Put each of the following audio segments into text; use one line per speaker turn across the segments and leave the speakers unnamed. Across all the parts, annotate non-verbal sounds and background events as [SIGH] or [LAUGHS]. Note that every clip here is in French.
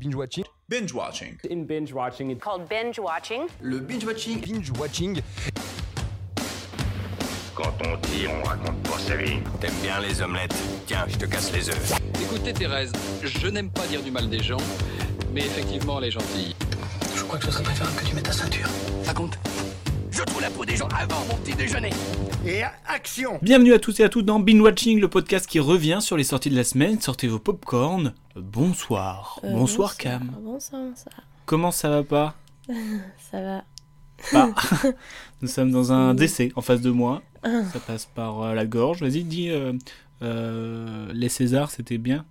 Binge watching.
Binge watching.
In binge watching,
called binge watching.
Le binge watching.
Binge watching.
Quand on tire, on raconte pas sa vie. T'aimes bien les omelettes Tiens, je te casse les œufs.
Écoutez Thérèse, je n'aime pas dire du mal des gens, mais effectivement elle est gentille.
Je crois que ce serait préférable que tu mettes ta ceinture.
Raconte. Je trouve la peau des gens avant mon petit déjeuner.
Et action
Bienvenue à tous et à toutes dans Binge Watching, le podcast qui revient sur les sorties de la semaine. Sortez vos popcorn. Bonsoir.
Euh,
bonsoir Cam.
Bonsoir, bonsoir.
Comment ça va pas
[LAUGHS] Ça va.
Pas. Nous sommes dans un décès en face de moi. Ça passe par euh, la gorge. Vas-y, dis. euh, euh, les Césars, c'était bien.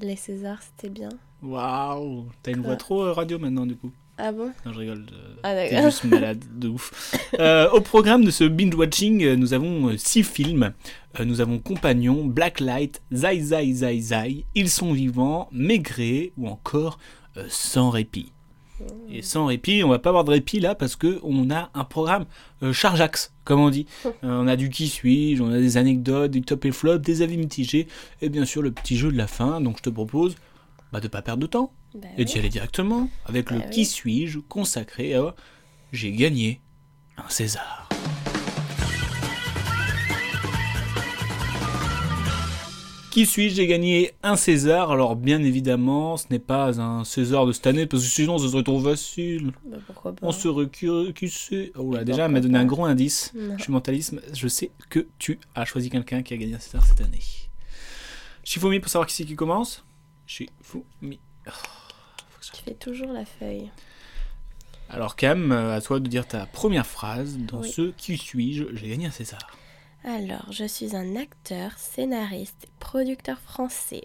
Les Césars, c'était bien.
Waouh. T'as une
Quoi
voix trop euh, radio maintenant du coup.
Ah bon
Non, je rigole. euh,
Ah
T'es
d'accord.
juste malade, de ouf. Euh, au programme de ce binge-watching, euh, nous avons euh, six films. Euh, nous avons Compagnon, Blacklight, Zai Zai Zai Zai, Ils sont vivants, Maigret ou encore euh, Sans répit. Et sans répit, on va pas avoir de répit là parce que on a un programme euh, charge-axe, comme on dit. Euh, on a du qui suis-je, on a des anecdotes, du top et flop, des avis mitigés et bien sûr le petit jeu de la fin. Donc je te propose bah, de pas perdre de temps
Bah
et
oui.
d'y aller directement avec le
Bah oui.
qui suis-je consacré à j'ai gagné un César. Qui suis-je J'ai gagné un César. Alors bien évidemment, ce n'est pas un César de cette année parce que sinon ce serait trop facile.
Bah pourquoi pas
On se recule. Oh là,
Et
déjà,
pourquoi
elle m'a donné
pas
un gros indice.
Non.
Je suis mentalisme. Je sais que tu as choisi quelqu'un qui a gagné un César cette année. Shifumi pour savoir qui c'est qui commence. Shifumi.
Tu fais toujours la feuille.
Alors Cam, euh, à toi de dire ta première phrase dans
Oui.
ce Qui suis-je J'ai gagné un César.
Alors, je suis un acteur, scénariste, et producteur français,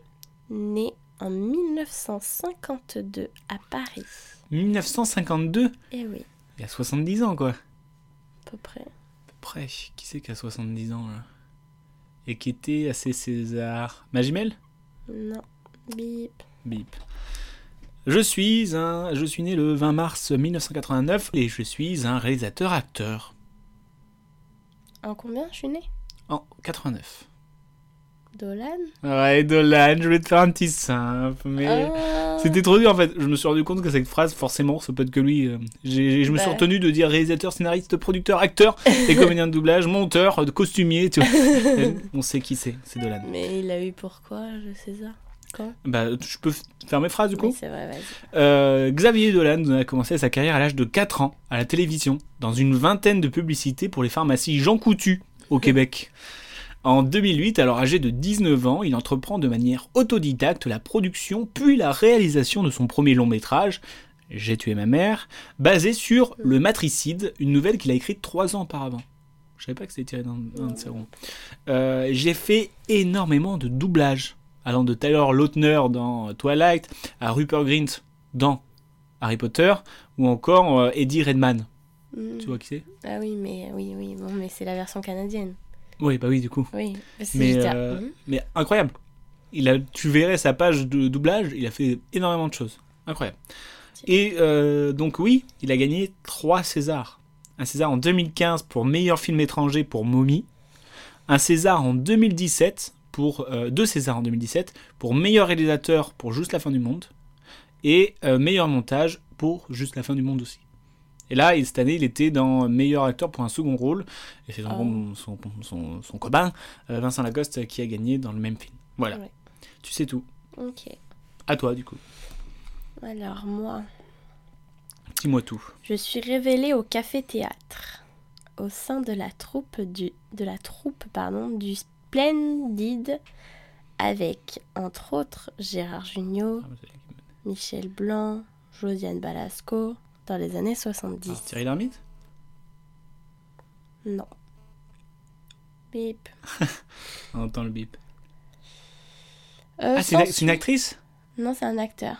né en 1952 à Paris.
1952
Eh oui,
Il y a 70 ans quoi. À
à peu près.
peu près. Qui c'est qui a 70 ans là Et qui était assez César Magimel
Non. Bip.
Bip. Je suis un, je suis né le 20 mars 1989 et je suis un réalisateur-acteur
En combien je suis née
en 89.
Dolan
Ouais, Dolan, je vais te faire un petit simple, mais
Ah.
c'était trop dur en fait. Je me suis rendu compte que cette phrase, forcément, ça peut être que lui. euh, j'ai- je me suis
Bah.
retenu de dire réalisateur, scénariste, producteur, acteur et comédien de doublage, monteur, euh, costumier. Tu vois.
[LAUGHS]
Et On sait qui c'est, c'est Dolan.
[LAUGHS] Mais il a eu pourquoi le César Quand
Bah, je peux f- faire mes phrases du coup
Oui, c'est vrai, vas-y.
Euh, Xavier Dolan a commencé sa carrière à l'âge de 4 ans à la télévision, dans une vingtaine de publicités pour les pharmacies Jean Coutu au Québec. En 2008, alors âgé de 19 ans, il entreprend de manière autodidacte la production puis la réalisation de son premier long métrage, J'ai tué ma mère, basé sur Le Matricide, une nouvelle qu'il a écrite 3 ans auparavant. Je savais pas que c'était tiré d'un d'un de ses romans. Euh, J'ai fait énormément de doublages, allant de Tyler Lautner dans Twilight à Rupert Grint dans Harry Potter ou encore euh, Eddie Redman.
Mm.
Tu vois qui c'est
Ah oui, mais oui, oui, bon, mais c'est la version canadienne.
Oui, bah oui, du coup.
Oui, parce que
Mais,
j'étais à-
euh,
Hmm
mais incroyable. Il a, tu verrais sa page de doublage, il a fait énormément de choses. Incroyable. Et euh, donc oui, il a gagné trois Césars. Un César en 2015 pour meilleur film étranger pour Mommy. Un César en 2017 pour euh, deux Césars en 2017 pour meilleur réalisateur pour Juste la fin du monde et euh, meilleur montage pour Juste la fin du monde aussi. Et là, il- cette année, il était dans meilleur acteur pour un second rôle et c'est son,
Ah.
son- son- son copain euh, Vincent Lacoste euh, qui a gagné dans le même film. Voilà.
Ouais.
Tu sais tout.
Ok.
À toi du coup.
Alors moi,
Dis-moi tout.
je suis révélée au café théâtre, au sein de la troupe du de la troupe pardon du Splendid, avec entre autres Gérard Jugnot,
Ah,
Michel Blanc, Josiane Balasco dans les années 70.
Thierry Lhermitte Ah.
Non. Bip.
On entend le bip.
Euh,
Ah, c'est une,
sans-
c'est une actrice
Non, c'est un acteur.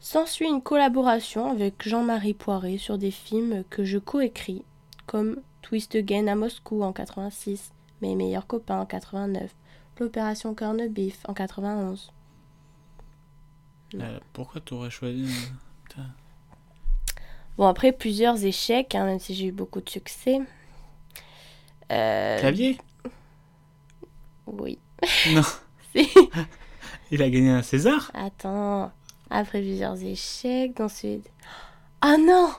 S'ensuit une collaboration avec Jean-Marie Poiré sur des films que je coécris, comme Twist Again à Moscou en 86, Mes meilleurs copains en 89, L'opération Corned Beef en 91.
Euh, Pourquoi t'aurais choisi euh,
Bon, après plusieurs échecs, hein, même si j'ai eu beaucoup de succès. Euh,
Clavier
Oui.
Non.
Si.
Il a gagné un César
Attends. Après plusieurs échecs, dans ce... Ah non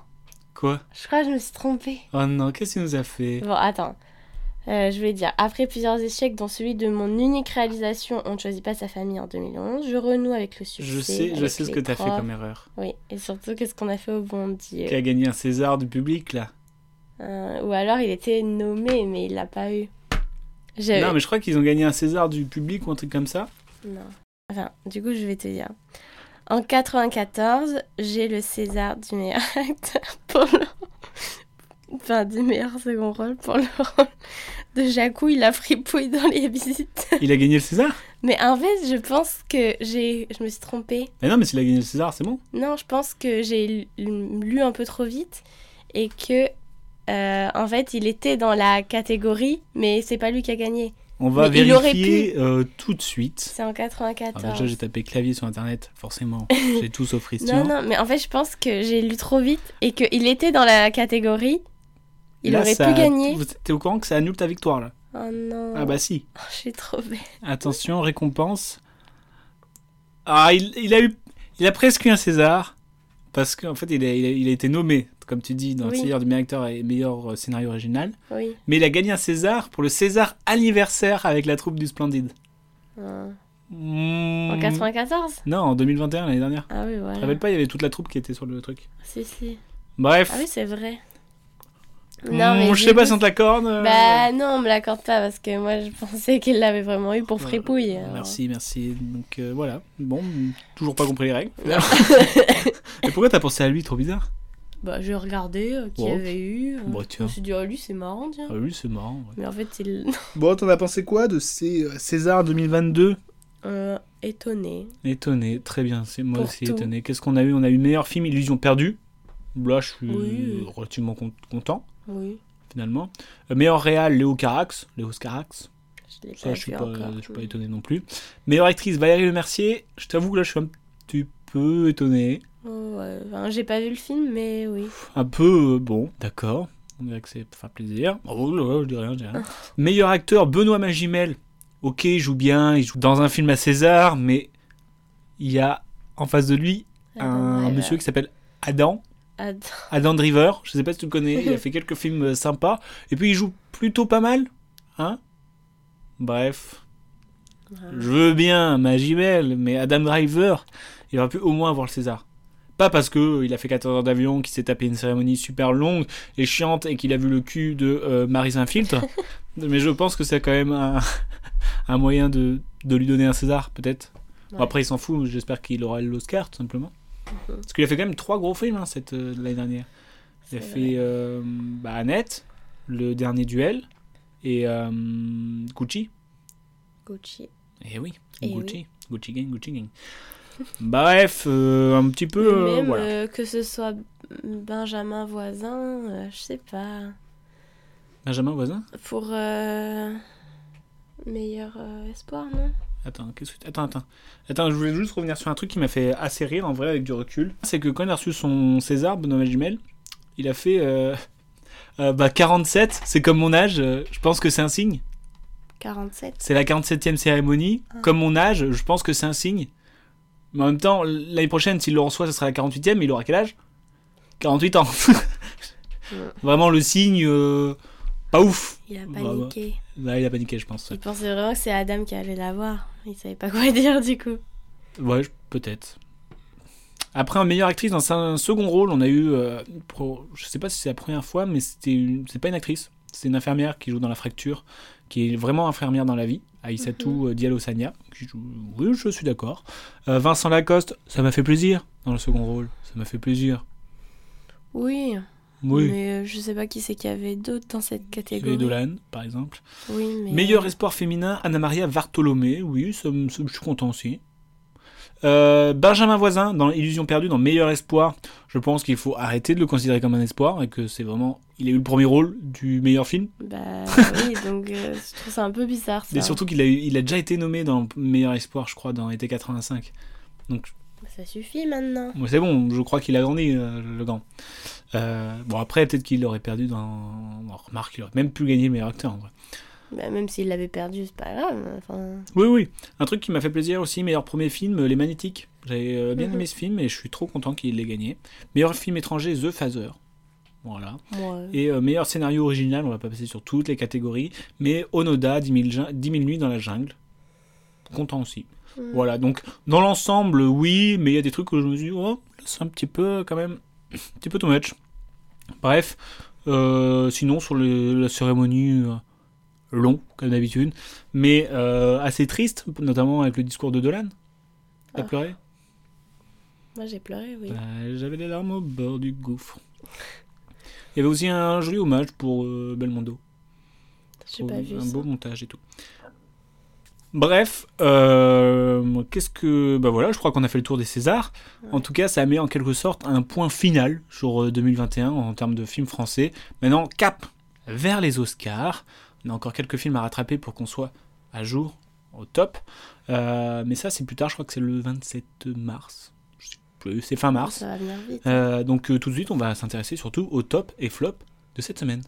Quoi
Je crois que je me suis trompée.
Oh non, qu'est-ce qu'il nous a fait
Bon, attends. Euh, je voulais dire, après plusieurs échecs, dans celui de mon unique réalisation On ne choisit pas sa famille en 2011, je renoue avec le succès.
Je sais, je
avec
sais
les
ce
Euh.
que t'as fait
profs.
comme erreur.
Oui, et surtout, qu'est-ce qu'on a fait au bon Dieu
Qui a gagné un César du public là
Euh, Ou alors, il était nommé, mais il l'a pas eu. J'ai-
Non, mais je crois qu'ils ont gagné un César du public ou un truc comme ça.
Non. Enfin, du coup, je vais te dire. En 94, j'ai le César du meilleur [LAUGHS] acteur pour le- Enfin, du meilleur second rôle pour le rôle de Jacou, il a fripouille dans les visites.
Il a gagné le César
Mais en fait, je pense que j'ai... Je me suis trompée.
Mais non, mais s'il a gagné le César, c'est bon.
Non, je pense que j'ai lu lu un peu trop vite et que... euh, en fait, il était dans la catégorie, mais c'est pas lui qui a gagné.
On va
Mais il aurait
vérifier euh, tout de suite.
C'est en
Alors
94.
déjà, j'ai tapé clavier sur internet,
[LAUGHS]
forcément. j'ai tout sauf Christian.
Non, non, mais en fait, je pense que j'ai lu trop vite et qu'il était dans la catégorie. Il
Là,
aurait
ça-
pu gagner.
Vous- T'es au courant que ça annule ta victoire là
Oh non.
Ah bah si.
Oh, je suis trop bête.
Attention, récompense. Ah, il, il a eu, il a presque eu un César parce qu'en fait, il a, il a- il a été nommé, comme tu dis, dans le
Oui.
César du meilleur acteur et meilleur euh, scénario original.
Oui.
Mais il a gagné un César pour le César anniversaire avec la troupe du Splendide.
Hein. En
Mmh.
94
Non, en 2021 l'année dernière.
Ah oui,
Je
voilà.
te rappelle pas, il y avait toute la troupe qui était sur le truc.
Si, si.
Bref,
Ah oui, c'est vrai.
Mmh, je
j'ai
sais pas
lu-
si on t'accorde. euh,
Bah non, on me l'accorde pas parce que moi je pensais qu'il l'avait vraiment eu pour
Voilà.
fripouille. alors.
Merci, merci. Donc euh, voilà. Bon, toujours pas compris les règles.
[LAUGHS]
Et pourquoi t'as pensé à lui Trop bizarre.
Bah j'ai regardé euh, qu'il y
Bon.
avait eu. euh,
Bon,
je
tiens.
me suis dit, oh lui c'est marrant, tiens.
Ah, lui, c'est marrant.
Mais en fait, il. [LAUGHS]
Bon, t'en as pensé quoi de ces César 2022
Euh, étonné.
Étonné, très bien. C'est moi
Pour
aussi
tout.
étonné. Qu'est-ce qu'on a eu On a eu meilleur film Illusion perdue. Là, je suis euh,
Oui.
relativement con- content
Oui.
finalement. Euh, meilleur réal Léo Carax. Léo Carax.
Je l'ai
Ça,
pas
je suis
vu
pas,
encore.
je suis pas étonné non plus. Meilleure actrice Valérie Lemercier. Je t'avoue que là, je suis un petit peu étonné.
Oh, ouais. Enfin, j'ai pas vu le film, mais oui.
un peu euh, bon, d'accord. On dirait que c'est pour faire plaisir. Oh là là, je dis rien, je dis rien. Meilleur acteur, Benoît Magimel. Ok, il joue bien, il joue dans un film à César, mais il y a en face de lui
Adam
un
Driver.
monsieur qui s'appelle Adam,
Adam-
Adam Driver. Je sais pas si tu le connais, il a fait quelques films euh, sympas. Et puis il joue plutôt pas mal, hein Bref, je veux bien Magimel, mais Adam Driver, il aurait pu au moins avoir le César. Pas parce que euh, il a fait 14 heures d'avion, qu'il s'est tapé une cérémonie super longue et chiante et qu'il a vu le cul de euh, Marie
[LAUGHS]
Filtre. mais je pense que c'est quand même un, [LAUGHS] un moyen de, de lui donner un César, peut-être. Bon,
Ouais.
après, il s'en fout, mais j'espère qu'il aura l'Oscar, tout simplement.
Mhm.
Parce qu'il a fait quand même trois gros films hein, cette, euh, l'année dernière. Il a
C'est
fait euh, bah, Annette, Le Dernier Duel et euh, Gucci.
Gucci.
Eh oui,
Eh
Gucci, Gucci Gang, Gucci Gang. Bref, euh, un petit peu. euh,
même
voilà.
euh, que ce soit Benjamin Voisin, euh, je sais pas.
Benjamin Voisin
Pour euh, meilleur euh, espoir, non
Attends, qu'est-ce que. Attends, attends. Attends, je voulais juste revenir sur un truc qui m'a fait assez rire en vrai avec du recul. C'est que quand il a reçu son César, Benoît Jumel, il a fait. euh, euh, bah, 47, c'est comme mon âge, euh, je pense que c'est un signe.
47.
C'est la 47e cérémonie.
Ah.
Comme mon âge, je pense que c'est un signe. Mais en même temps, l'année prochaine, s'il le reçoit, ce sera la 48e, mais il aura quel âge 48 ans. [LAUGHS] Vraiment le signe euh, pas ouf.
Il a
Bah,
paniqué.
Là, il a paniqué, je pense.
Il pensait vraiment que c'est Adam qui allait l'avoir. Il savait pas quoi [LAUGHS] dire du coup.
Ouais, je- peut-être. Après, en meilleure actrice, dans un second rôle, on a eu. euh, pro- je sais pas si c'est la première fois, mais c'était une- c'est pas une actrice. C'est une infirmière qui joue dans La Fracture, qui est vraiment infirmière dans la vie. Aïssatou euh, Diallo Sania. qui joue- Oui, je suis d'accord. Euh, Vincent Lacoste, ça m'a fait plaisir dans le second rôle. Ça m'a fait plaisir.
Oui,
Oui.
mais euh, je sais pas qui c'est qu'il y avait d'autres dans cette
Les
catégorie.
Dolan, par exemple.
Oui, mais... euh,
Meilleur espoir féminin, Anna Maria Vartolomé. Oui, ça me- ça- je suis content aussi. Euh, Benjamin Voisin, dans Illusion perdue, dans Meilleur espoir, je pense qu'il faut arrêter de le considérer comme un espoir et que c'est vraiment. Il a eu le premier rôle du meilleur film.
Bah [LAUGHS] oui, donc euh, je trouve ça un peu bizarre ça.
Mais surtout qu'il a, eu- il a déjà été nommé dans Meilleur espoir, je crois, dans Été 85. Donc,
Ça suffit maintenant.
moi, c'est bon, je crois qu'il a grandi, euh, le grand. Euh, bon, après, peut-être qu'il aurait perdu dans. bon, remarque, il aurait même pu gagner le meilleur acteur en vrai.
Bah, même s'il l'avait perdu, c'est pas grave. hein, Enfin,
Oui, oui. Un truc qui m'a fait plaisir aussi, meilleur premier film, euh, Les Magnétiques. J'avais euh, bien aimé ce film et je suis trop content qu'il l'ait gagné. Meilleur film étranger, The Phaser. Voilà.
moi. euh,
Et euh, meilleur scénario original, on va pas passer sur toutes les catégories, mais Onoda, 10 000, jun- 10 000 nuits dans la jungle. Content aussi. Voilà, donc dans l'ensemble, oui, mais il y a des trucs où je me suis dit, oh, là, c'est un petit peu quand même, [CLEARS THROAT] un petit peu too much. Bref, euh, sinon sur le- la cérémonie, euh, long comme d'habitude, mais euh, assez triste, notamment avec le discours de Dolan. T'as
Ah.
pleuré
Moi, j'ai pleuré, oui.
bah, J'avais les larmes au bord du gouffre. Il y avait aussi un joli hommage pour euh, Belmondo.
j'ai pas
Un
vu
un
ça.
beau montage et tout. Bref, euh, qu'est-ce que. Bah voilà, je crois qu'on a fait le tour des Césars. En tout cas, ça met en quelque sorte un point final sur euh, 2021 en termes de films français. Maintenant, cap vers les Oscars. On a encore quelques films à rattraper pour qu'on soit à jour, au top. Euh, mais ça, c'est plus tard, je crois que c'est le 27 mars. Je sais plus, c'est fin mars.
Ça va venir vite.
Euh, donc euh, tout de suite, on va s'intéresser surtout au top et flop de cette semaine.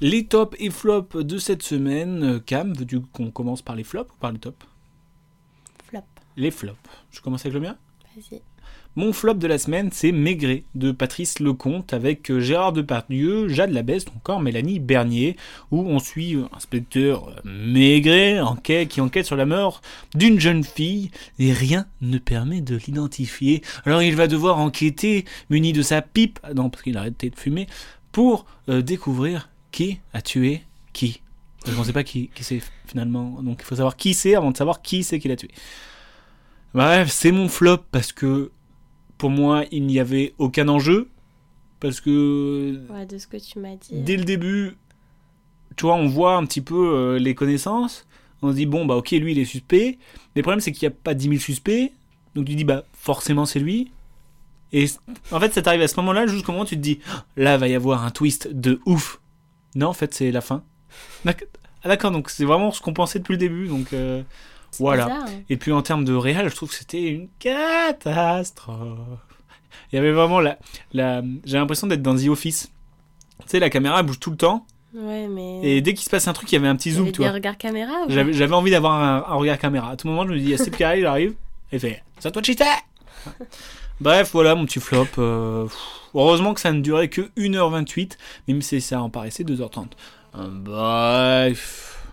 Les tops et flops de cette semaine, euh, Cam, veux-tu qu'on commence par les flops ou par les tops Euh.
Flop.
Les flops. Je commence avec le mien
Vas-y.
mon flop de la semaine, c'est Maigret de Patrice Lecomte avec euh, Gérard Depardieu, Jade Labeste, ou encore Mélanie Bernier, où on suit euh, inspecteur euh, Maigret enquête, qui enquête sur la mort d'une jeune fille et rien ne permet de l'identifier. Alors il va devoir enquêter, muni de sa pipe, ah non, parce qu'il a arrêté de fumer, pour euh, découvrir qui a tué qui. Parce qu'on ne sait pas qui, qui c'est finalement, donc il faut savoir qui c'est avant de savoir qui c'est qui l'a tué. Bref, c'est mon flop parce que pour moi, il n'y avait aucun enjeu. Parce que
Ouais, de ce que tu m'as dit. euh,
dès le début, tu vois, on voit un petit peu euh, les connaissances. On se dit, bon, bah ok, lui, il est suspect. Mais le problème, c'est qu'il n'y a pas 10 000 suspects. Donc tu dis, bah forcément, c'est lui. Et c- en fait, ça t'arrive à ce moment-là, jusqu'au moment où tu te dis, oh, là, va y avoir un twist de ouf. Non, en fait, c'est la fin. D'ac- ah, D'accord, donc c'est vraiment ce qu'on pensait depuis le début. Donc euh,
C'est
voilà.
bizarre, hein.
Et puis en termes de réel, je trouve que c'était une catastrophe. Il y avait vraiment la. la J'ai l'impression d'être dans The Office. Tu sais, la caméra bouge tout le temps.
Ouais, mais.
Et dès qu'il se passe un truc, il y avait un petit
Il y
zoom,
avait
tu
des
vois.
regards caméra. ouais.
J'avais j'avais envie d'avoir un, un regard caméra. À tout moment, je me dis, il y a Steve Carell, il arrive. Et il fait, c'est à toi de cheater Bref, voilà mon petit flop. euh, pff, heureusement que ça ne durait que 1h28, même si ça en paraissait 2h30. Euh, Bref.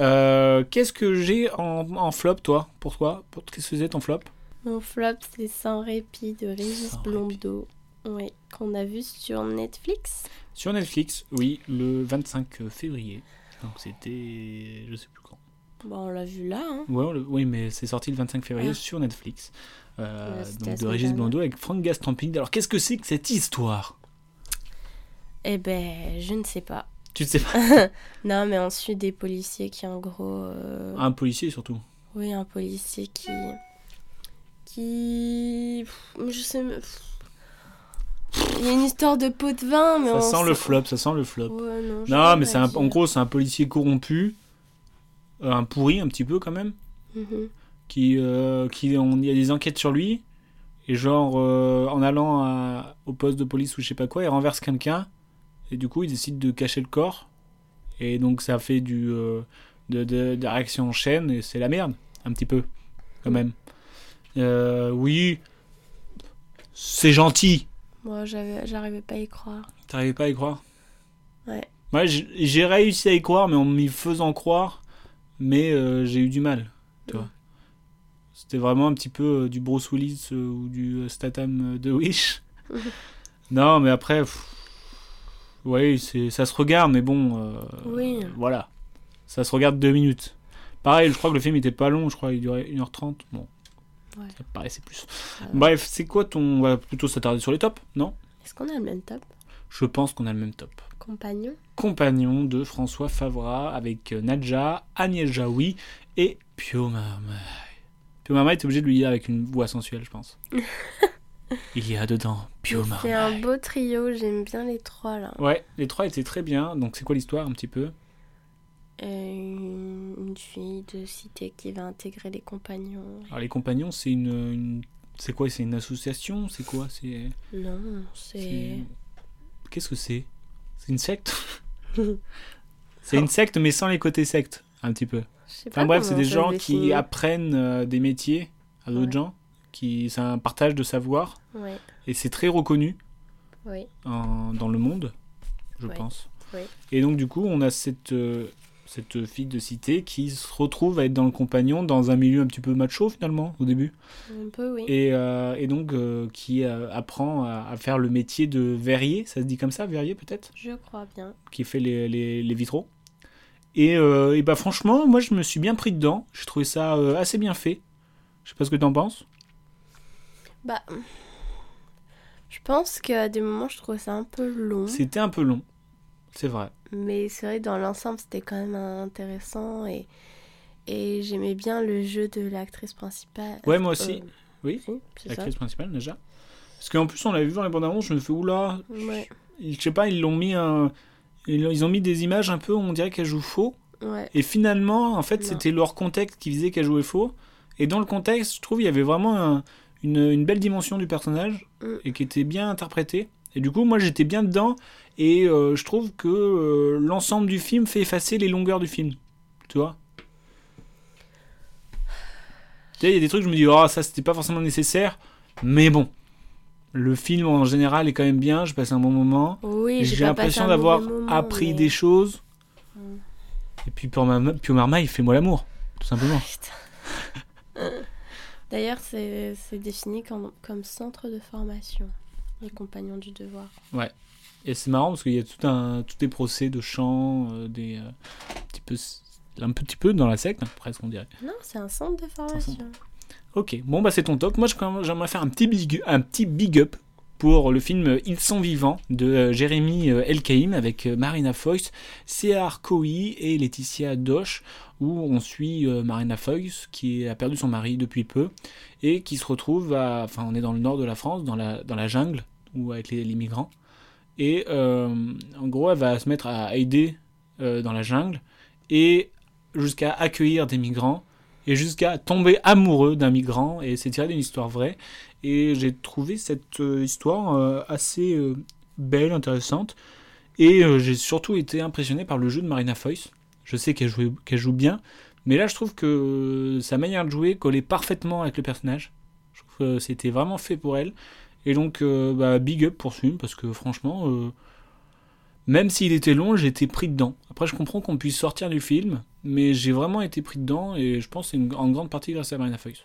Euh, Qu'est-ce que j'ai en, en flop, toi Pour toi Pour- Qu'est-ce que c'est ton flop
Mon flop, c'est Sans répit de Régis
Sans
Blondeau. Ouais, qu'on a vu sur Netflix.
Sur Netflix, oui, le 25 février. Donc c'était. Je sais plus quand.
Bon, on l'a vu là, hein.
Ouais, on le- oui, mais c'est sorti le 25 février
Ah.
sur Netflix. Euh,
Ouais, c'était la
donc de
semaine
Régis
dernière.
Blondeau avec Franck Gastambide. Alors qu'est-ce que c'est que cette histoire
Eh ben, je ne sais pas.
Tu ne sais pas.
Non, mais on suit des policiers qui, en gros. euh,
Un policier surtout.
Oui, un policier qui. Qui. Pff, Je sais. même- Pff. Il y a une histoire de pot de vin, mais
ça
on.
sent le
sait-
flop, ça sent le flop.
Ouais, non, je
non,
sais
mais
pas
c'est un-
dire.
en gros, c'est un policier corrompu, euh, un pourri un petit peu quand même,
Mhm.
qui, euh, qui on, il y a des enquêtes sur lui. Et genre, euh, en allant à- au poste de police ou je sais pas quoi, il renverse quelqu'un. Et du coup, il décide de cacher le corps. Et donc, ça fait du, euh, de, de, de la réaction en chaîne. Et c'est la merde, un petit peu, quand même. Euh, oui, c'est gentil.
Moi, j'avais- j'arrivais pas à y croire.
T'arrivais pas à y croire
Ouais.
Ouais, j- j'ai réussi à y croire, mais en m'y faisant croire, mais euh, j'ai eu du mal, tu
Mm.
vois. C'était vraiment un petit peu euh, du Bruce Willis euh, ou du euh, Statham euh, de
[LAUGHS]
Wish. non, mais après, pff, ouais, c'est- ça se regarde, mais bon, euh,
Oui.
voilà. Ça se regarde deux minutes. Pareil, je crois que le film était pas long, je crois qu'il durait 1h30. Bon,
Ouais.
ça me paraissait plus.
va.
Bref, c'est quoi ton. On va plutôt s'attarder sur les tops, non
Est-ce qu'on a le même top
Je pense qu'on a le même top.
Compagnon
Compagnon de François Favra avec euh, Nadja, Agnès Jaoui et Pio Marmaille. Pio Marmaille est obligé de lui dire avec une voix sensuelle, je pense. Il y a dedans Pio
Mais C'est
Marmaille.
un beau trio, j'aime bien les trois là.
Ouais, les trois étaient très bien. Donc, c'est quoi l'histoire un petit peu
Euh, une fille de cité qui va intégrer les compagnons.
Alors, les compagnons, c'est une, une C'est quoi C'est une association C'est quoi C'est.
Non,
c'est-
c'est.
Qu'est-ce que c'est C'est une secte C'est une secte, mais sans les côtés sectes, un petit peu.
je sais pas
Enfin bref, c'est
comment
des
ça se
gens qui
définit.
apprennent euh, des métiers à d'autres
Ouais.
gens. Qui, c'est un partage de savoir.
Ouais,
Et c'est très reconnu
oui.
en- dans le monde, je
Ouais.
pense.
Ouais.
Et donc, du coup, on a cette, euh, cette fille de cité qui se retrouve à être dans le compagnon dans un milieu un petit peu macho, finalement, au début.
Un peu, oui.
Et, euh, et donc, euh, qui euh, apprend à, à faire le métier de verrier, ça se dit comme ça, verrier peut-être,
Je crois bien.
qui fait les, les- les vitraux. Et, euh, et bah, franchement, moi, je me suis bien pris dedans. J'ai trouvé ça euh, assez bien fait. Je sais pas ce que t'en penses.
Bah. Je pense qu'à des moments, je trouvais ça un peu long.
C'était un peu long. C'est vrai.
Mais c'est vrai, dans l'ensemble, c'était quand même euh, intéressant et, et j'aimais bien le jeu de l'actrice principale.
Ouais, moi aussi.
Euh,
Oui.
si, c'est ça.
L'actrice principale, déjà. Parce qu'en plus, on l'a vu dans les bandes annonces, je me fais oula.
Ouais,
Je sais pas, ils l'ont mis un. Ils ils ont mis des images un peu, on dirait qu'elle joue faux.
ouais,
Et finalement, en fait,
Non.
c'était leur contexte qui disait qu'elle jouait faux. Et dans le contexte, je trouve, il y avait vraiment un- une, une belle dimension du personnage
Mm.
et qui était bien interprétée. Et du coup, moi, j'étais bien dedans. Et euh, je trouve que euh, l'ensemble du film fait effacer les longueurs du film. Tu vois Tu sais, il y a des trucs, je me dis, oh, ça, c'était pas forcément nécessaire. Mais bon, le film en général est quand même bien. J'ai passé un bon moment.
Oui, pas
J'ai
passé
l'impression
un
d'avoir
mauvais moment,
appris
mais-
des choses. Et puis Pio Marma- Pio Marmaille, fais-moi l'amour, tout simplement.
Putain. [LAUGHS] D'ailleurs, c'est c'est défini comme, comme centre de formation, les compagnons du devoir.
Et c'est marrant parce qu'il y a tout un, tous des procès de chant, euh, des euh, un petit peu, un petit peu dans la secte, hein, presque on dirait.
Non, c'est un centre de formation.
Ok, bon bah c'est ton top. Moi je- quand même, j'aimerais faire un petit big, un petit big up pour le film Ils sont vivants de euh, Jérémy euh, Elkaïm avec euh, Marina Foïs, C.R. Coey et Laetitia Doche où on suit euh, Marina Foïs qui a perdu son mari depuis peu et qui se retrouve à... Enfin on est dans le nord de la France, dans la, dans la jungle ou avec les, les migrants et euh, en gros elle va se mettre à aider euh, dans la jungle et jusqu'à accueillir des migrants et jusqu'à tomber amoureux d'un migrant et c'est tiré d'une histoire vraie et j'ai trouvé cette euh, histoire euh, assez euh, belle intéressante et euh, j'ai surtout été impressionné par le jeu de Marina Foïs je sais qu'elle joue, qu'elle joue bien mais là je trouve que euh, sa manière de jouer collait parfaitement avec le personnage je trouve que c'était vraiment fait pour elle et donc euh, bah, big up pour ce film parce que franchement euh, même s'il était long, j'étais pris dedans. Après, je comprends qu'on puisse sortir du film, mais j'ai vraiment été pris dedans et je pense que c'est une- en grande partie grâce à Marina Foïs.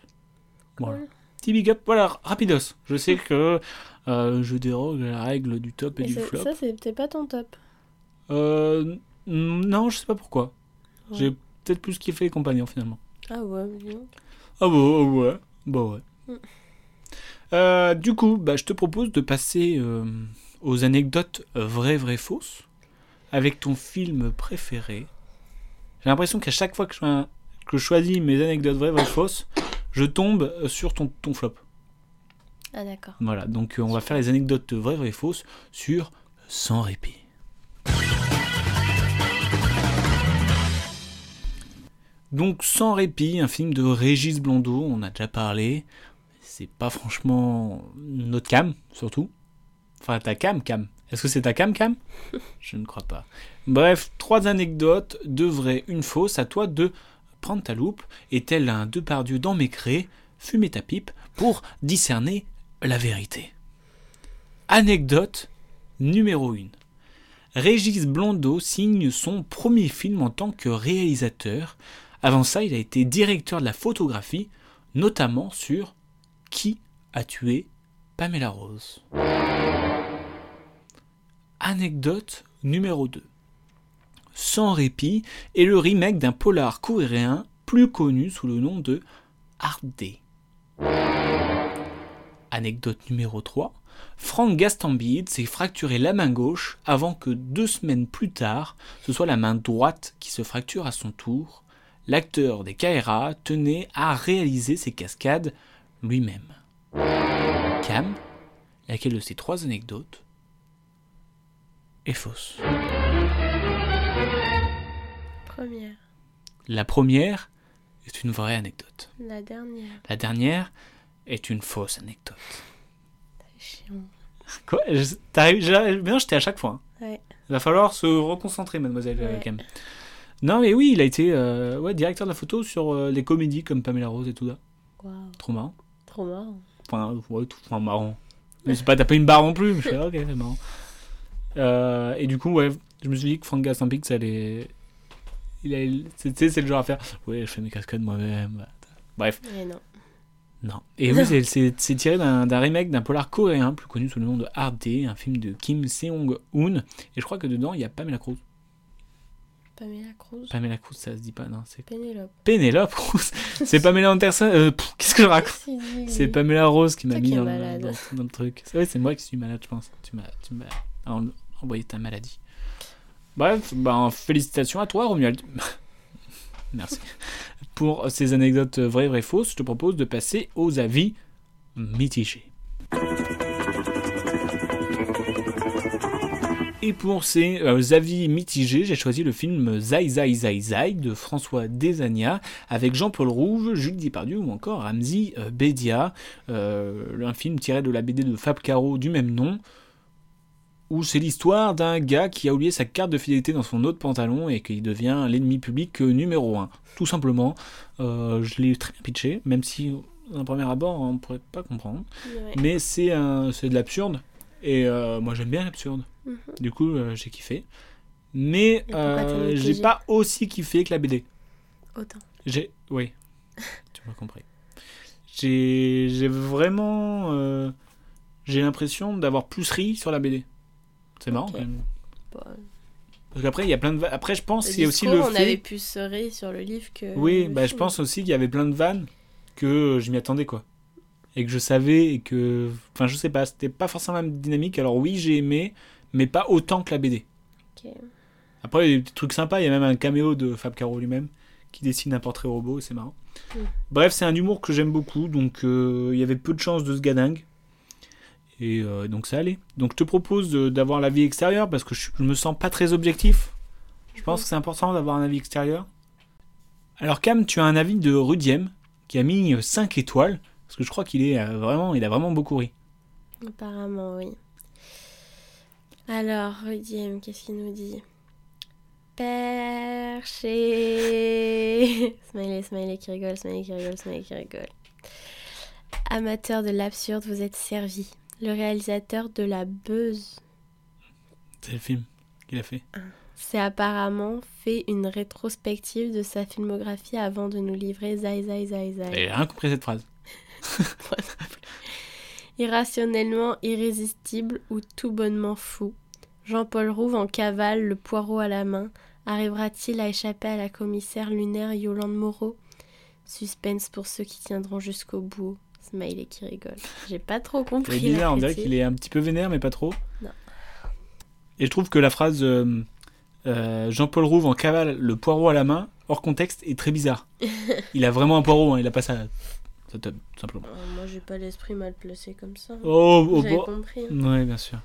Voilà.
Cool.
Petit big up, voilà, rapidos. Je sais que euh, je dérogue à la règle du top et,
Et
du
c'est-
flop.
ça, c'était pas ton top.
Euh, n- non, je sais pas pourquoi.
Ouais.
J'ai peut-être plus kiffé les compagnons finalement.
Ah ouais, dis donc.
Ah bon, ah ouais, bah ouais.
Mm.
Euh, du coup, bah, je te propose de passer euh, aux anecdotes vraies, vraies, fausses, avec ton film préféré. J'ai l'impression qu'à chaque fois que je, fais un- que je choisis mes anecdotes vraies, vraies, fausses, je tombe sur ton, ton flop.
Ah d'accord.
Voilà, donc euh, on va faire les anecdotes vraies, vraies, fausses sur Sans répit. Donc Sans répit, un film de Régis Blondeau, on a déjà parlé. C'est pas franchement notre cam, surtout. Enfin, ta cam, cam. Est-ce que c'est ta cam, cam Je ne crois pas. Bref, trois anecdotes, deux vraies, une fausse. À toi de prendre ta loupe et tel un Depardieu dans mes craies, fumer ta pipe pour discerner la vérité. Anecdote numéro 1. Régis Blondeau signe son premier film en tant que réalisateur. Avant ça, il a été directeur de la photographie, notamment sur Qui a tué Pamela Rose Anecdote numéro 2. Sans répit est le remake d'un polar coréen plus connu sous le nom de Hard Day. Anecdote numéro 3. Franck Gastambide s'est fracturé la main gauche avant que deux semaines plus tard, ce soit la main droite qui se fracture à son tour. L'acteur des KRA tenait à réaliser ses cascades lui-même. Cam, laquelle de ces trois anecdotes est fausse
Première,
La première est une vraie anecdote.
la dernière.
La dernière est une fausse anecdote.
Chiant.
Quoi Je- t'arrives- j'ai- Maintenant, j'étais à chaque fois. hein.
Ouais.
Il va falloir se reconcentrer, mademoiselle euh,
Ouais.
Cam. Non, mais oui, il a été euh, ouais, directeur de la photo sur euh, les comédies comme Pamela Rose et tout ça.
Waouh,
Trop marrant.
trop marrant.
Enfin, ouais, tout, enfin, marrant. Mais c'est pas taper une barre en plus. Je fais, ok, c'est marrant. Euh, et du coup, ouais, je me suis dit que Frank Gastampic, ça allait. Il allait- c'est- Tu sais, c'est le genre à faire. Ouais, je fais mes cascades moi-même. Bref,
Mais Eh non.
non. Et oui, c'est- c'est c'est tiré d'un d'un remake d'un polar coréen, plus connu sous le nom de Hard Day, un film de Kim Seong-hoon. Et je crois que dedans, il y a Pamela Cruz.
Pamela Cruz.
Pamela Cruz, ça se dit pas, non, c'est
Pénélope.
Pénélope Cruz. [LAUGHS] C'est Pamela Anderson. euh, pff, Qu'est-ce que je raconte
Si, si,
C'est
oui.
Pamela Rose qui m'a
Toi
mis
qui es
dans, le-
malade.
dans- dans le truc. C'est vrai, c'est moi qui suis malade, je pense. Tu m'as, tu m'as en- envoyé ta maladie. Bref, ben, félicitations à toi, Romuald. [LAUGHS] Merci. Pour ces anecdotes vraies, vraies, fausses, je te propose de passer aux avis mitigés. Et pour ces euh, avis mitigés, j'ai choisi le film Zai Zai Zai Zai de François Desagna avec Jean-Paul Rouve, Jules Depardieu ou encore Ramzi euh, Bedia. Euh, un film tiré de la BD de Fab Caro du même nom, où c'est l'histoire d'un gars qui a oublié sa carte de fidélité dans son autre pantalon et qui devient l'ennemi public euh, numéro 1. Tout simplement, Euh, je l'ai très bien pitché, même si d'un premier abord on ne pourrait pas comprendre.
Ouais.
Mais c'est un- c'est de l'absurde, et euh, moi j'aime bien l'absurde.
Mhm.
Du coup, euh, j'ai kiffé. Mais
Et pourquoi t'as
euh,
mitigé
j'ai pas aussi kiffé que la BD.
Autant.
J'ai.
[LAUGHS]
Oui. tu m'as compris. J'ai j'ai vraiment. euh, J'ai l'impression d'avoir plus ri sur la BD. C'est marrant
Ok.
quand même.
Bon,
Parce qu'après, il y a plein de. va- Après, je pense
le
qu'il y a aussi
discours,
le
on
fait.
avait plus serré sur le livre que.
Oui,
le
bah, je
film.
pense aussi qu'il y avait plein de vannes que je m'y attendais, quoi. Et que je savais et que. Enfin, je sais pas, c'était pas forcément la même dynamique. Alors, oui, j'ai aimé, mais pas autant que la BD.
Ok.
Après, il y a des petits trucs sympas. Il y a même un caméo de Fab Caro lui-même qui dessine un portrait robot, et c'est marrant.
Mm.
Bref, c'est un humour que j'aime beaucoup, donc euh, il y avait peu de chances de se gadingue. Et euh, donc ça allait. Donc je te propose de- d'avoir l'avis extérieur parce que je, je me sens pas très objectif. Je
Mm.
pense que c'est important d'avoir un avis extérieur. Alors Cam, tu as un avis de Rudiem qui a mis 5 étoiles parce que je crois qu'il est euh, vraiment, il a vraiment beaucoup ri.
Apparemment, oui. Alors, Rudième, qu'est-ce qu'il nous dit Perché [LAUGHS] Smiley, smiley qui rigole, smiley qui rigole, smiley qui rigole. Amateur de l'absurde, vous êtes servi. Le réalisateur de la buzz
C'est le film qu'il a fait.
s'est apparemment fait une rétrospective de sa filmographie avant de nous livrer Zai Zai Zai Zai.
J'ai rien compris à cette phrase.
Irrationnellement irrésistible ou tout bonnement fou, Jean-Paul Rouve en cavale, le poireau à la main, arrivera-t-il à échapper à la commissaire lunaire Yolande Moreau Suspense pour ceux qui tiendront jusqu'au bout. Smiley qui rigole. J'ai pas trop
C'est
compris.
bizarre,
la
ah, on dirait
critique.
qu'il est un petit peu vénère, mais pas trop.
Non.
Et je trouve que la phrase euh, euh, Jean-Paul Rouve en cavale le poireau à la main, hors contexte, est très
[LAUGHS]
bizarre. il a vraiment un poireau, hein, il a pas ça. Ça te- simplement.
Oh, moi j'ai pas l'esprit mal placé comme ça. hein.
Oh, oh,
J'avais
bon.
compris. hein.
Ouais, bien sûr.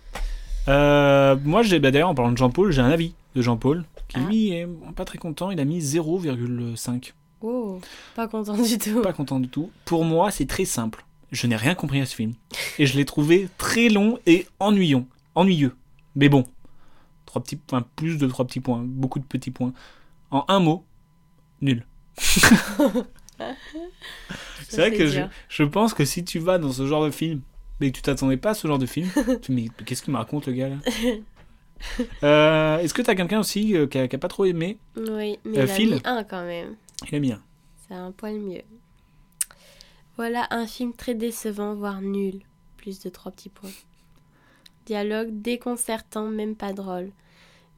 Euh, moi, j'ai bah, d'ailleurs, en parlant de Jean-Paul, j'ai un avis de Jean-Paul qui,
Ah.
lui, est pas très content. Il a mis 0,5.
Oh, pas content du tout.
Pas content du tout. Pour moi, c'est très simple. Je n'ai rien compris à ce film. Et je l'ai trouvé très long et ennuyant. Ennuyeux. Mais bon. Trois petits points, plus de trois petits points. Beaucoup de petits points. En un mot, nul. c'est vrai
c'est
que je,
dur.
je pense que si tu vas dans ce genre de film, mais que tu t'attendais pas à ce genre de film, tu me dis Mais qu'est-ce qu'il me raconte le gars là [LAUGHS] Euh, Est-ce que t'as quelqu'un aussi euh, qui, a, qui a pas trop aimé
Oui, mais il
Euh,
a
Phil
mis un quand même.
Il a mis un.
C'est un poil mieux. Voilà un film très décevant, voire nul. Plus de trois petits points. Dialogue déconcertant, même pas drôle.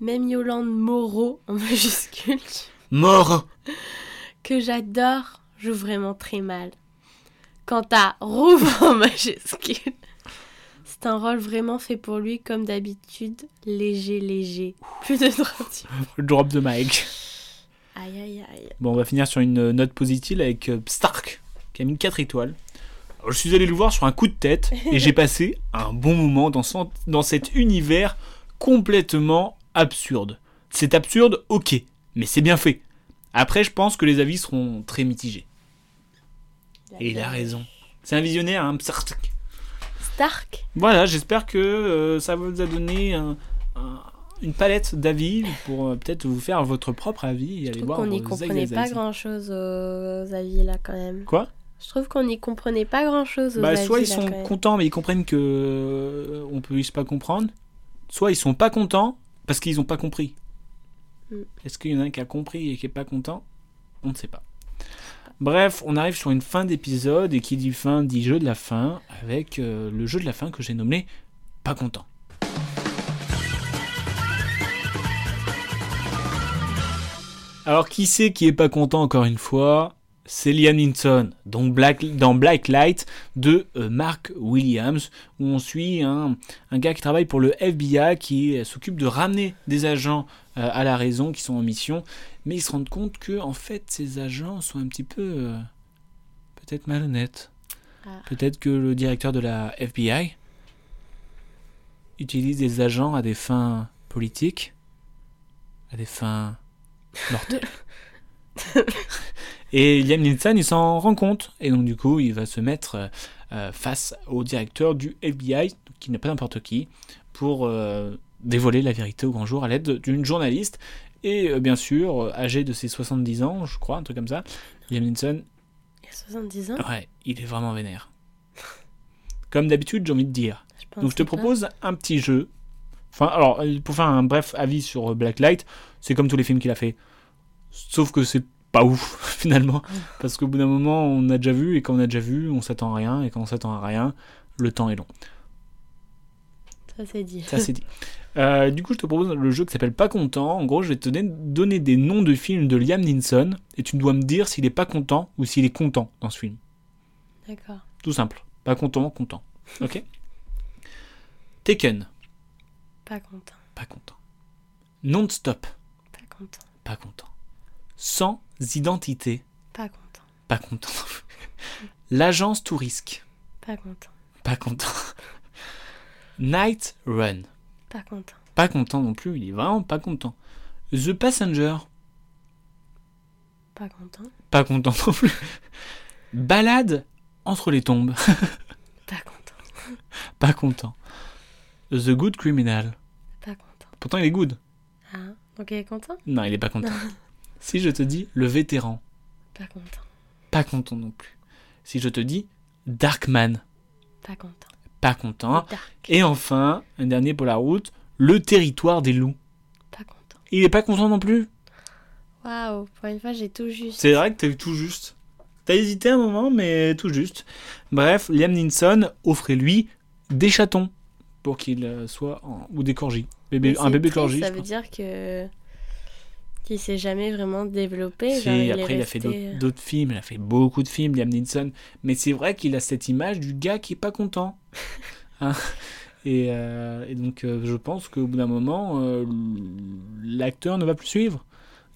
Même Yolande Moreau, en [LAUGHS] majuscule,
Mort [LAUGHS]
que j'adore, joue vraiment très mal. Quant à Rouve, [LAUGHS] en majuscule, c'est un rôle vraiment fait pour lui, comme d'habitude, léger, léger. Plus de trois petits points.
Drop de mic.
Aïe, aïe, aïe.
Bon, on va finir sur une euh, note positive avec euh, Stark, qui a mis 4 étoiles. Alors, je suis allé le voir sur un coup de tête et j'ai passé un bon moment dans, son- dans cet univers complètement absurde. C'est absurde, ok, mais c'est bien fait. Après, je pense que les avis seront très mitigés. Et il a raison. C'est un visionnaire, hein. Psark.
Stark
Voilà, j'espère que euh, ça vous a donné un- un- une palette d'avis pour euh, peut-être vous faire votre propre avis et
Je
aller
trouve
voir
qu'on n'y
vos
comprenait
ex-
pas
ex-
grand-chose aux avis là quand même.
Quoi
Je trouve qu'on n'y comprenait pas grand-chose aux
Bah,
avis
soit ils
là
sont
quand même.
contents, mais ils comprennent que euh, on peut juste pas comprendre. Soit ils sont pas contents parce qu'ils ont pas compris.
Mm.
Est-ce qu'il y en a un qui a compris et qui est pas content On ne sait pas. Bref, on arrive sur une fin d'épisode et qui dit fin dit jeu de la fin avec euh, le jeu de la fin que j'ai nommé pas content. Alors qui c'est qui est pas content encore une fois C'est Liam Neeson, donc Black, dans Black Light de euh, Mark Williams, où on suit un, un gars qui travaille pour le FBI, qui euh, s'occupe de ramener des agents euh, à la raison, qui sont en mission, mais ils se rendent compte que en fait ces agents sont un petit peu euh, peut-être malhonnêtes.
Ah.
Peut-être que le directeur de la FBI utilise des agents à des fins politiques, à des fins mortelles. Et Liam Neeson, il s'en rend compte. Et donc, du coup, il va se mettre euh, euh, face au directeur du FBI, qui n'est pas n'importe qui, pour euh, dévoiler la vérité au grand jour à l'aide d'une journaliste. Et euh, bien sûr, euh, âgé de ses 70 ans, je crois, un truc comme ça, Liam Neeson,
Il y a 70 ans
ouais, il est vraiment vénère. Comme d'habitude, j'ai envie de dire.
je pense.
Donc je te propose un petit jeu. Enfin, alors, euh, pour faire un bref avis sur euh, Blacklight, c'est comme tous les films qu'il a fait. Sauf que c'est pas ouf, [LAUGHS] finalement. Parce qu'au bout d'un moment, on a déjà vu, et quand on a déjà vu, on s'attend à rien, et quand on s'attend à rien, le temps est long.
Ça c'est dit.
Ça, c'est dit. Euh, du coup, je te propose le jeu qui s'appelle Pas content. En gros, je vais te donner, donner des noms de films de Liam Neeson, et tu dois me dire s'il est pas content ou s'il est content dans ce film.
D'accord.
Tout simple. Pas content, content. Ok Taken,
Pas content.
pas content. Non-stop.
Pas content.
pas content. Sans identité,
Pas content.
pas content. [LAUGHS] L'agence tout risque,
Pas content.
pas content. [LAUGHS] Night Run,
Pas content.
pas content non plus, il est vraiment pas content. The Passenger,
Pas content.
pas content non plus. [LAUGHS] Balade entre les tombes, [LAUGHS]
Pas content.
pas content. The Good Criminal,
Pas content.
pourtant il est good.
Ah, donc il est content
Non, il est pas content. Si je te dis Le Vétéran,
Pas content.
pas content non plus. Si je te dis Darkman,
Pas content.
pas content.
Dark.
Hein Et enfin, un dernier pour la route, le territoire des loups.
Pas content.
Il est pas content non plus.
Waouh, pour une fois j'ai tout juste.
C'est vrai que t'as eu tout juste. T'as hésité un moment, mais tout juste. Bref, Liam Neeson offrait-lui des chatons pour qu'il euh, soit en- ou des corgis. Bébé-
Mais
un
c'est
bébé
triste,
corgi.
Ça
je
veut
pense.
dire que. qu'il s'est jamais vraiment développé.
Si,
genre, il est
après, il a fait
resté, euh.
d'autres d'autres films, il a fait beaucoup de films, Liam Neeson. Mais c'est vrai qu'il a cette image du gars qui est pas
[LAUGHS]
content. Hein et, euh, et donc, euh, je pense qu'au bout d'un moment, euh, l'acteur ne va plus suivre.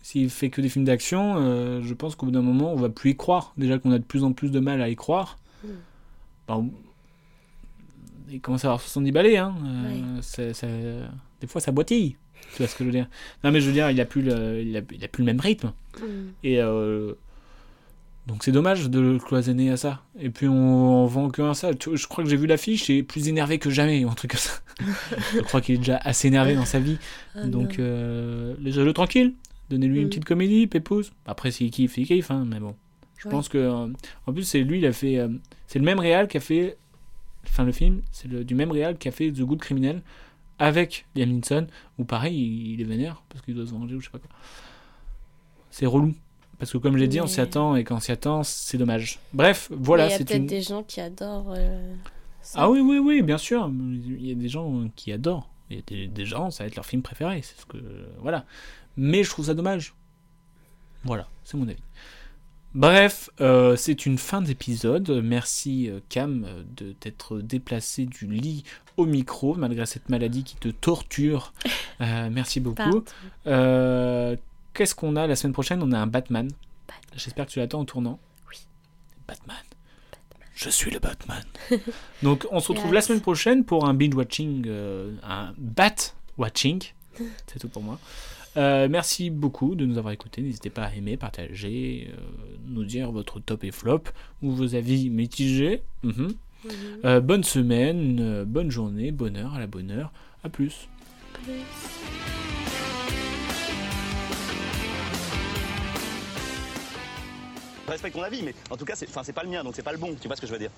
S'il fait que des films d'action, euh, je pense qu'au bout d'un moment, on va plus y croire. Déjà qu'on a de plus en plus de mal à y croire.
Mm.
Ben, on- il commence à avoir 70 balais. Hein. Euh, ça- ça- Des fois, ça boitille. Tu vois ce que je veux dire Non, mais je veux dire, il a plus le- il a- il a plus le même rythme.
euh, hmm,
Et euh, donc c'est dommage de le cloisonner à ça. Et puis on, en vend que à ça. Tu- Je crois que j'ai vu l'affiche et plus énervé que jamais, ou un truc comme ça. [LAUGHS] je crois qu'il est déjà assez énervé dans sa vie.
ah
donc
non.
euh, laissez-le tranquille. Donnez-lui une
Mm.
petite comédie, pépouze. Après s'il kiffe, il kiffe, hein, mais bon. Je
Ouais.
pense que euh, en plus c'est lui, il a fait. euh, c'est le même réal qui a fait. Enfin le film, c'est le- du même réal qui a fait The Good Criminal avec Liam Neeson. Ou pareil, il, il est vénère parce qu'il doit se venger ou je sais pas quoi. C'est relou. Parce que comme j'ai dit, on
Mais-
s'y attend et quand on s'y attend, c'est dommage. Bref, voilà,
Mais Il y a
c'est
peut-être
une.
des gens qui adorent. euh, ça.
Ah oui, oui, oui, bien sûr. Il y a des gens qui adorent. Il y a des, des gens, ça va être leur film préféré. C'est ce que voilà. Mais je trouve ça dommage. Voilà, c'est mon avis. Bref, euh, c'est une fin d'épisode. Merci euh, Cam euh, de t'être déplacé du lit au micro malgré cette maladie qui te torture. Euh, merci beaucoup.
Pardon.
Euh, Qu'est-ce qu'on a la semaine prochaine On a un Batman.
Batman.
J'espère que tu l'attends au tournant.
Oui.
Batman. Je suis le Batman. [LAUGHS] Donc on se retrouve
Yes.
la semaine prochaine pour un binge watching, un bat watching. euh, [LAUGHS] C'est tout pour moi. Euh, merci beaucoup de nous avoir écoutés. N'hésitez pas à aimer, partager, euh, nous dire votre top et flop ou vos avis mitigés. Mhm. Euh, bonne semaine, euh, bonne journée, bonne heure, à la bonne heure. À plus.
Plus.
Je respecte ton avis, mais en tout cas, c'est enfin, c'est pas le mien, donc c'est pas le bon. Tu vois ce que je veux dire